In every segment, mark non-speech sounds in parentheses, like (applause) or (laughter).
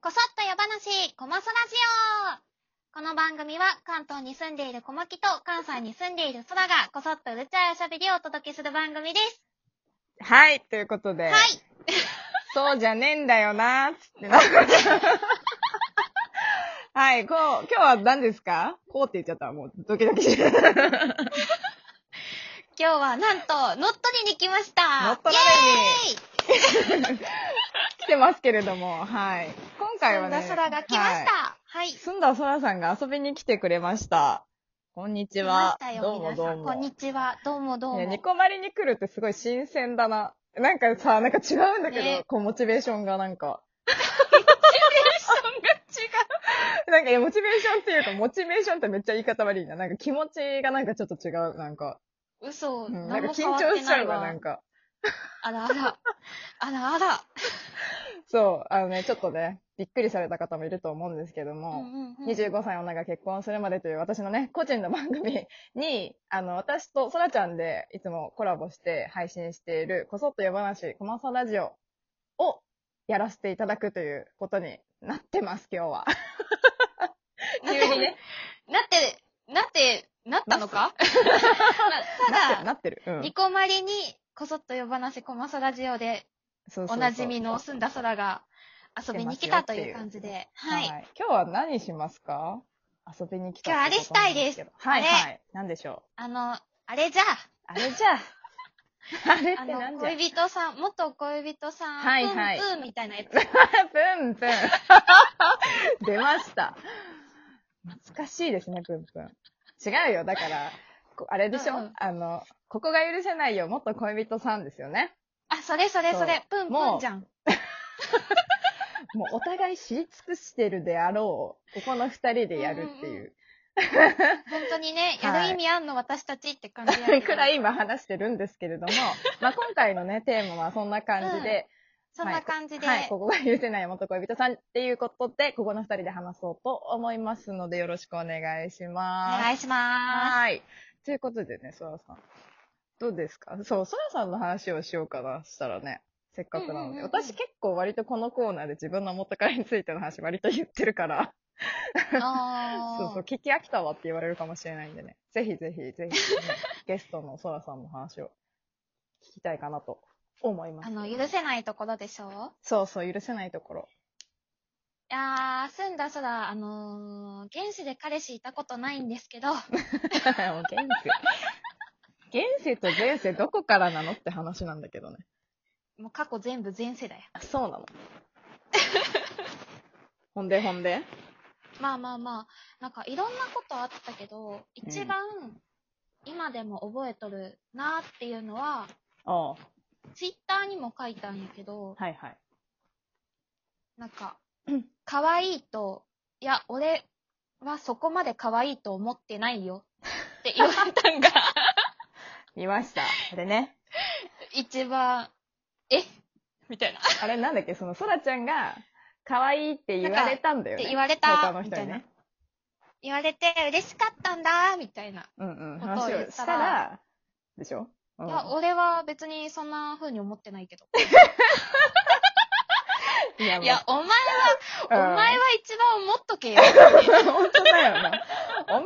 こそっと夜話、こまそラジオこの番組は関東に住んでいる小牧と関西に住んでいる空がこそっとうるちゃいおしゃべりをお届けする番組です。はい、ということで、はい。そうじゃねえんだよ (laughs) なーっつってな。はい、こう、今日は何ですかこうって言っちゃった。もう、ドキドキしてる。乗今っ取られに。日はなんと、乗っ取りに来ました。イェーイ来てますけれども、はい。今回はね。そんな空が来ました。はいはい。すんだそらさんが遊びに来てくれました。こんにち来ましはた。よ、どうも皆どさ。うんも。こんにちは。どうもどういも。や、ニコマリに来るってすごい新鮮だな。なんかさ、なんか違うんだけど、ねこう、モチベーションがなんか。ションが違なんか、いやモチベーションっていうか、モチベーションってめっちゃ言い方悪いな。なんか気持ちがなんかちょっと違う。なんか、う。嘘、うん、なん何もか緊変わっ張てしちなゃいうわ、なわん。か。あらあら。あらあら。そう、あのね、ちょっとね、びっくりされた方もいると思うんですけどうも、んうんうん25歳女が結婚するまでという私のね、個人の番組に、 (laughs) あの、私とそらちゃんでいつもコラボして配信している、こそっと夜話、コマソラジオをやらせていただくということになってます、今 (laughs) 日は。なって急にね (laughs) なって、なって、なったの (laughs) かなってたる、だ、なってる。うんニ。コマリに、こそっと夜話コマソラジオで、そうそうそうおなじみの澄んだ空が遊びに来たという感じで。ははいい。。今日は何しますか遊びに来た今日あれしたいですす。はい、あれはい。何でしょう。あの、あれじゃあれじゃ。あれっあ、あて何の、じゃ。恋人さん、元恋人さん、はいはいプンプンみたいなやつ。 (laughs) プンプン。 (laughs) 出ました。懐かしいですね、プンプン。違うよ、だから、こあれでしうょ、んうんあの、ここが許せないよ、もっと恋人さんですよね。あ、それそれそれ、プンプもンうじゃん。もうお互い知り尽くしてるであろう、ここの二人でやるっていう。うんうん本当にね、やはる意い味あんの、私たちって感じやけど (laughs) くらい今話してるんですけれども、まあ今回のね、テーマはそんな感じで、そんな感じで。はい、ここが許せない元恋人さんっていうことで、ここの二人で話そうと思いますので、よろしくお願いしおます。願いしまはい。ということでね、そらさん。どうですかそう、そらさんの話をしようかな、したらね。せっかくなうんうんうのんうで。ん私結構割とこのコーナーで自分の元彼についての話割と言ってるから、 (laughs) す。あーそうそう、聞き飽きたわって言われるかもしれないんでね。ぜひぜひ、ぜひね、ゲストのそらさんの話を聞きたいかなと思いまあす。の、許せないところでしょそうそう、許せないところ。いやー、澄んだ空、あのー、現世で彼氏いたことないんですけど、 (laughs) もう現世。現世と前世どこからなのって話なんだけどね。もう過去全部前世だよ。あ、そうなの。 (laughs) ほんでほんでまあまあまあ、なんかいろんなことあったけど、一番今でも覚えとるなーっていうのは、ああ、ツイッターにも書いたんやけど、はいはい。なんか (clears throat) うん、可愛いと、いや、俺はそこまで可愛いと思ってないよって言われたんが、 (laughs) 見ました。あれね。一番、えみたいな。っあれなんだっけその、そらちゃんが、可愛いって言われたんだよてね。言われ他た、のみ人たいになね。。言われて、嬉しかったんだ、みたいな。うんうん。ことを話言をっしたらたら、でしょ、うんいや、俺は別にそんな風に思ってないけど。いやいや、、お前は、お前は一番思っと (laughs) けよ。もう (laughs) 本当だよな。おめえが言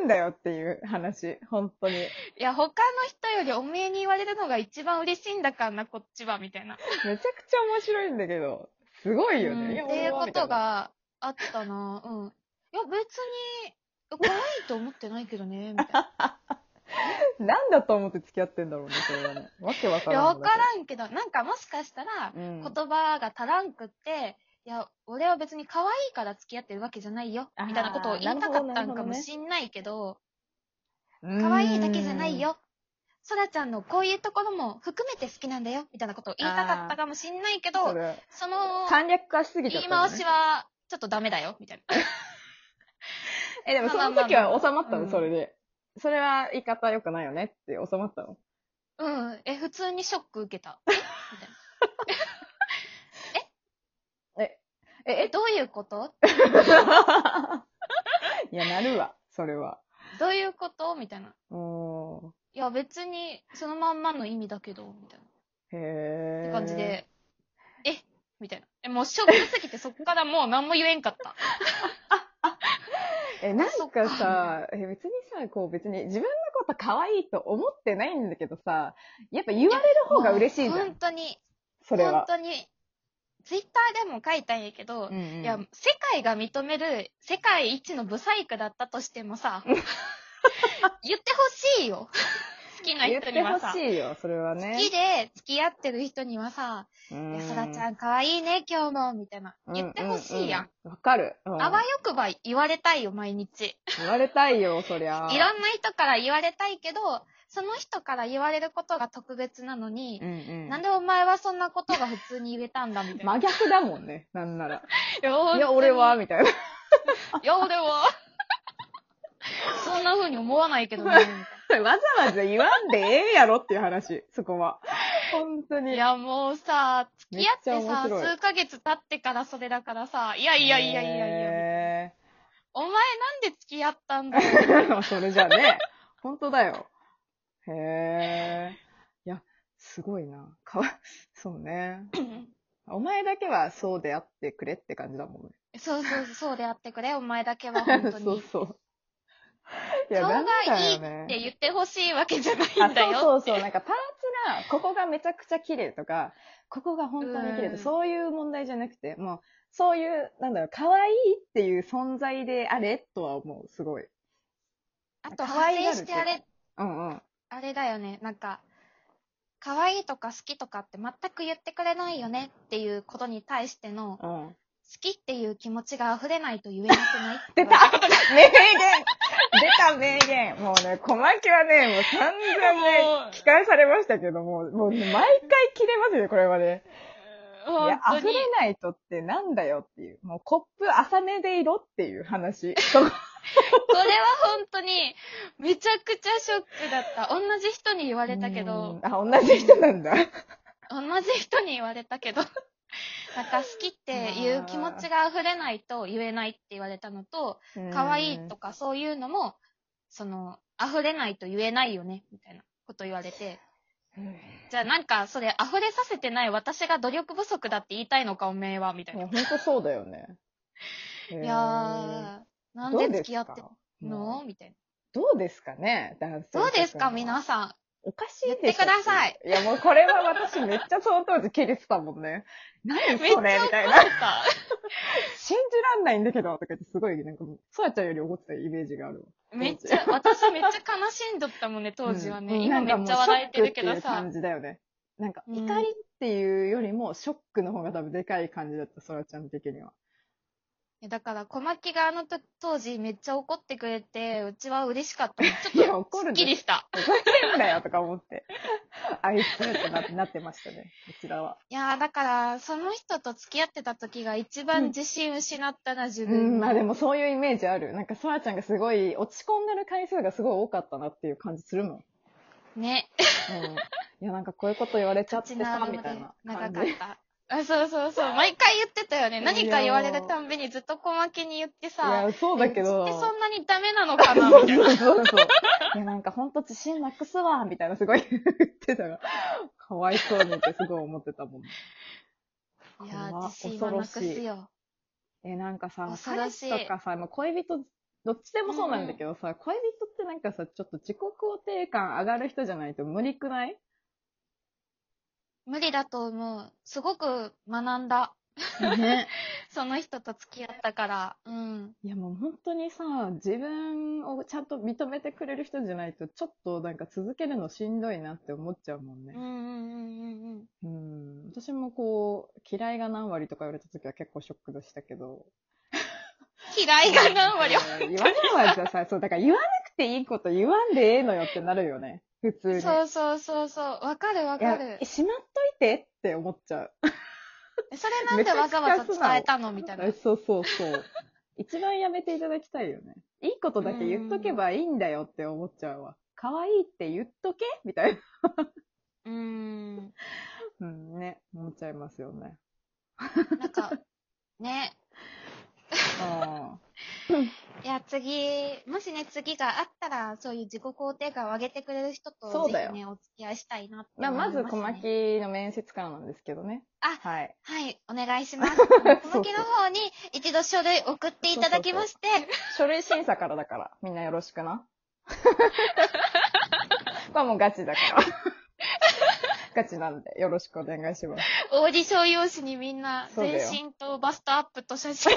うんだよっていう話。本当に。いや、他の人よりおめえに言われるのが一番嬉しいんだからな、こっちは、みたいな。めちゃくちゃ面白いんだけど、すごいようんね。やっていう俺はこみたといな。があったな。うん。いや、別に、可愛いと思ってないけど (laughs) ね、みたいな。なんだと思って付き合ってんだろうね、それはね。わけわかいや、らわんかだけらんけど、なんかもしかしたら、ど。うん言葉が足らんくって、いや、俺は別に可愛いから付き合ってるわけじゃないよ、みたいなことを言いたかったんかもしんないけど、可愛いだけじゃない。よ。そらちゃんのこういうところも含めて好きなんだよ、みたいなことを言いたかったかもしんないけうんどそ、れその、簡略化しすぎちゃ言っいた、回し。は、ちょっとダメだよ、みたいな。え、でもその時は収まっまたあまあまあうんの、それで。それは言い方良くないよねって収まったの。うん。え、普通にショック受けた。えみたいな。え、 (laughs) え、え、どういうことえ、いや、なるわ、それは。どういうことみたいな。うーん。いや、別に、そのまんまの意味だけど、みたいな。へえ。って感じ。で、えみたいな。えでもうショックすぎて、そっからもう何も言えんか (laughs) った。え、なんそっかかさ、え、別にさ、こう別に自分のこと可愛いと思ってないんだけどさ、やっぱ言われる方が嬉しいじゃ本ん、当に、それ本は。当に、ツイッターでも書いたんやけど、うんうんいや、世界が認める世界一のブサイクだったとしても (laughs) さ、言ってほしいよ。好きな言っ人にてはほさ。しいよ、それはね好。きで付き合ってる人にはさ、ういんや、そらちゃん可愛いね、今日も、みたいな。言ってほしいやん。。うううわかる。うんあわよくば言われたいよ、毎日。言われたいよ、そりゃ。いろんな人から言われたいけど、その人から言われることが特別なのに、うんうんなんでお前はそんなことが普通に言えたんだ、みたいな。真逆だもんね、なんなら。いやいや、俺は、。みたいな。いや、 (laughs) 俺は。そんな風に思わないけどね。みたいわざわざ言わんでええやろっていう話、そこは。本当なに。いや、もうさ、付き合ってめっちゃ面さ、白い数ヶ月経ってからそれだからさ、いやいやいやいやいや、ねお前なんで付き合ったんだ (laughs) よ。えそれじゃね、本当だよ。へえ。いや、すごいな。かわ、そう (laughs) ね。お前だけはそうであってくれって感じだもんね。そうそうそう、そうであってくれ、お前だけは本当に。 (laughs) そう (laughs) そう。い顔がいいダメだよっねて言ってほしいわけじゃないあんだよ。そうそうそう。なんかパーツが、ここがめちゃくちゃ綺麗とか、ここが本当に綺麗うとんか、そういう問題じゃなくて、もう、そういう、なんだろう、可愛いっていう存在であれとは思う、すごい。あと、可反愛がる省してあれ、うんうん。あれだよね、なんか、可愛いとか好きとかって全く言ってくれないよねっていうことに対しての、好うん。きっていう気持ちが溢れないと言えなくない出た名言出た名言もうね、小牧はね、もう散々ね (laughs) もう、聞かされましたけども、もうね、毎回切れますよ、これはね。いや本、当溢れに。ないとってなんだよっていう。もうコップ浅めでいろっていう (laughs) 話。そここれは本当に、めちゃくちゃショックだった。同じ人に言われたけど、うん。あ、同じ人なん (laughs) だ。同じ人に言われたけど、 (laughs) なんか好きっていう気持ちが溢れないと言えないって言われたのと、可愛いとかそういうのも、その、溢れないと言えないよね、みたいなこと言われて、うん。じゃあなんかそれ溢れさせてない私が努力不足だって言いたいのか、おめえは、みたいいな。いや、ほんとそうだよね。いやー、なんで付き合ってんのみたいどうですかね、男性。な。どうですか、皆ん。さん。おかしいでしょ言ってください。いや、もうこれは私めっちゃその当時切れてたもん (laughs) ね。何めっちゃそ怒れみたいっな。た。信じらんないんだけど、とか言ってすごい、なんか、そやちゃんより怒ってたイメージがあるわ。 (laughs) めっちゃ、私めっちゃ悲しんどったもんね、当時はね。うん今めっちゃ笑えてるけどなんかさもうショックっていう感。じだよね。なんか、うん怒りっていうよりも、ショックの方が多分でかい感じだった、そらちゃん的には。いやだから、小牧があの時当時めっちゃ怒ってくれて、うちは嬉しかった。いちやょっ怒と、するねっきりした。ふざけんなよとか思って。 (laughs) あいつってななってましたね、こちらは。いやーだから、その人と付き合ってた時が一うん番自信失ったな、自う分。ん、まあでもそういうイメージある。なんか、そらちゃんがすごい、落ち込んでる回数がすごい多かったなっていう感じするもん。うん。ね。いや、なんかこういうこと言われちゃって立ちさ直、りみもたいねな長感かっじ。た。あそうそうそう。毎回言ってたよね。何か言われるたんびにずっと小牧に言っていさ。や、そうだけど。うちってそんなにダメなのか (laughs) な、そみうたいな。そうそうそう。いや、なんかほんと自信なくすわ、みたいなすごい言ってたら、かわいそうにってすごい思ってたもん。いや怖ー、自信はなくす恐ろしいよ。 (laughs) え、なんかさ、恐彼ろしい氏とかさ、まあ、恋人、どっちでもそうなんだけどさ、恋人ってなんかさ、ちょっと自己肯定感上がる人じゃないと無理くない無理だと思う。すごく学んだ。ね。その人と付き合ったから。うん。 (laughs) いやもう本当にさ、自分をちゃんと認めてくれる人じゃないと、ちょっとなんか続けるのしんどいなって思っちゃうもんねうんう。んうんうんうん。うん。私もこう、嫌いが何割とか言われた時は結構ショックでしたけど。嫌いが何割うん (laughs) 言わないわじゃさ、そう、だから言わなくていいこと言わんでええのよってなるよね。普通に。そうそうそうそう。わかるわいかやる、。しまっといてって思っちゃう。それなんでわざわざ伝えたのみたいな。そうそうそう。一番やめていただきたいよね。いいことだけ言っとけばいいんだよって思っちゃうわ。可愛いって言っとけみたいな。うん。うんね。思っちゃいますよね。なんか、ね。あいや、次、もしね、次があったら、そういう自己肯定感を上げてくれる人と、そうだよぜひね、お付き合いしたいなって思 (laughs) まあ、いま、ますね。ず、小牧の面接官なんですけどね。あはい。はい、お願いし (laughs) ます。小牧の方に一度書類送っていただきまして、書類審査からだから、みんなよろし (laughs) くな。これはもうガチだから。ガチなんで、よろしくお願いします。オーディション用紙にみんな、そうだ全よ身とバストアップと写真。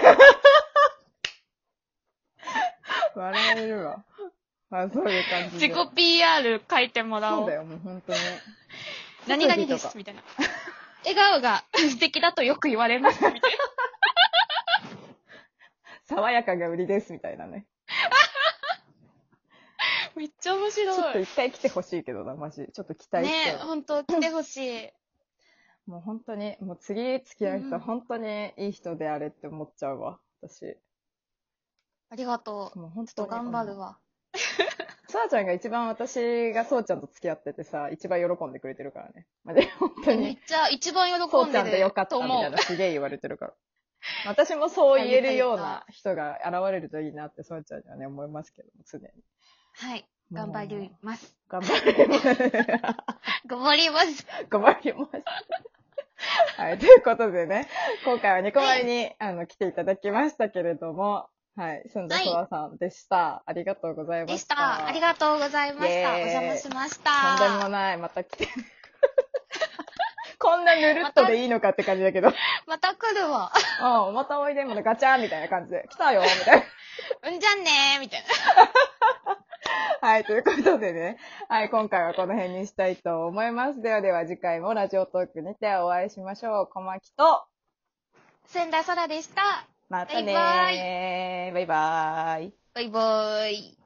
笑えるわ。まあ、そういう感じで。自己 PR 書いてもらそおうだう。よ、もう本当に。 (laughs) 何々で特技とす、かみたいな。笑顔が素敵だとよく言われ (laughs) ます、みたいな。爽やかが売りです、みたいなね。めっちゃ面ちょっ白とい。一回来てほしいけどな、マジ。ちょっと期待してね。え、ほんと、来てほしい。もう本当に、もう次付き合ううんう人、ん本当にいい人であれって思っちゃうわ、私。ありがとう。もう本ち当ょっに。と頑張るわ。さあちゃんが一番私がそうちゃんと付き合っててさ、一番喜んでくれてるからね。まあ、で、本当めっに、ちゃ一番そ喜うんちでゃんでよるかったとみた思いうな。すげえ言われてるから。私もそう言えるよはういな人が現れるといいなって、そうちゃんにはね、思いますけど、常に。はい。頑張ります。頑張ります。頑張ります。頑張ります。はい、ということでね、今回はニコマリに、あの来ていただきましたけれども、はい、すんだはいそわさんでした、ありがとうございました。でした。ありがとうございましイた。おエーイ邪魔しましとんでもた。ない、また来て。 (laughs) こんなぬるっとでいいのかって感じだけど。また来るわ。うん、またおいで、またガチャンみたいな感じで。来たよ、みたいな。うんじゃんねー、みたいな。はい、ということでね。はい、今回はこの辺にしたいと思います。ではでは次回もラジオトークにてお会いしましょう。小牧と、仙台空でした。またねー。バイバーイ。バイバーイ。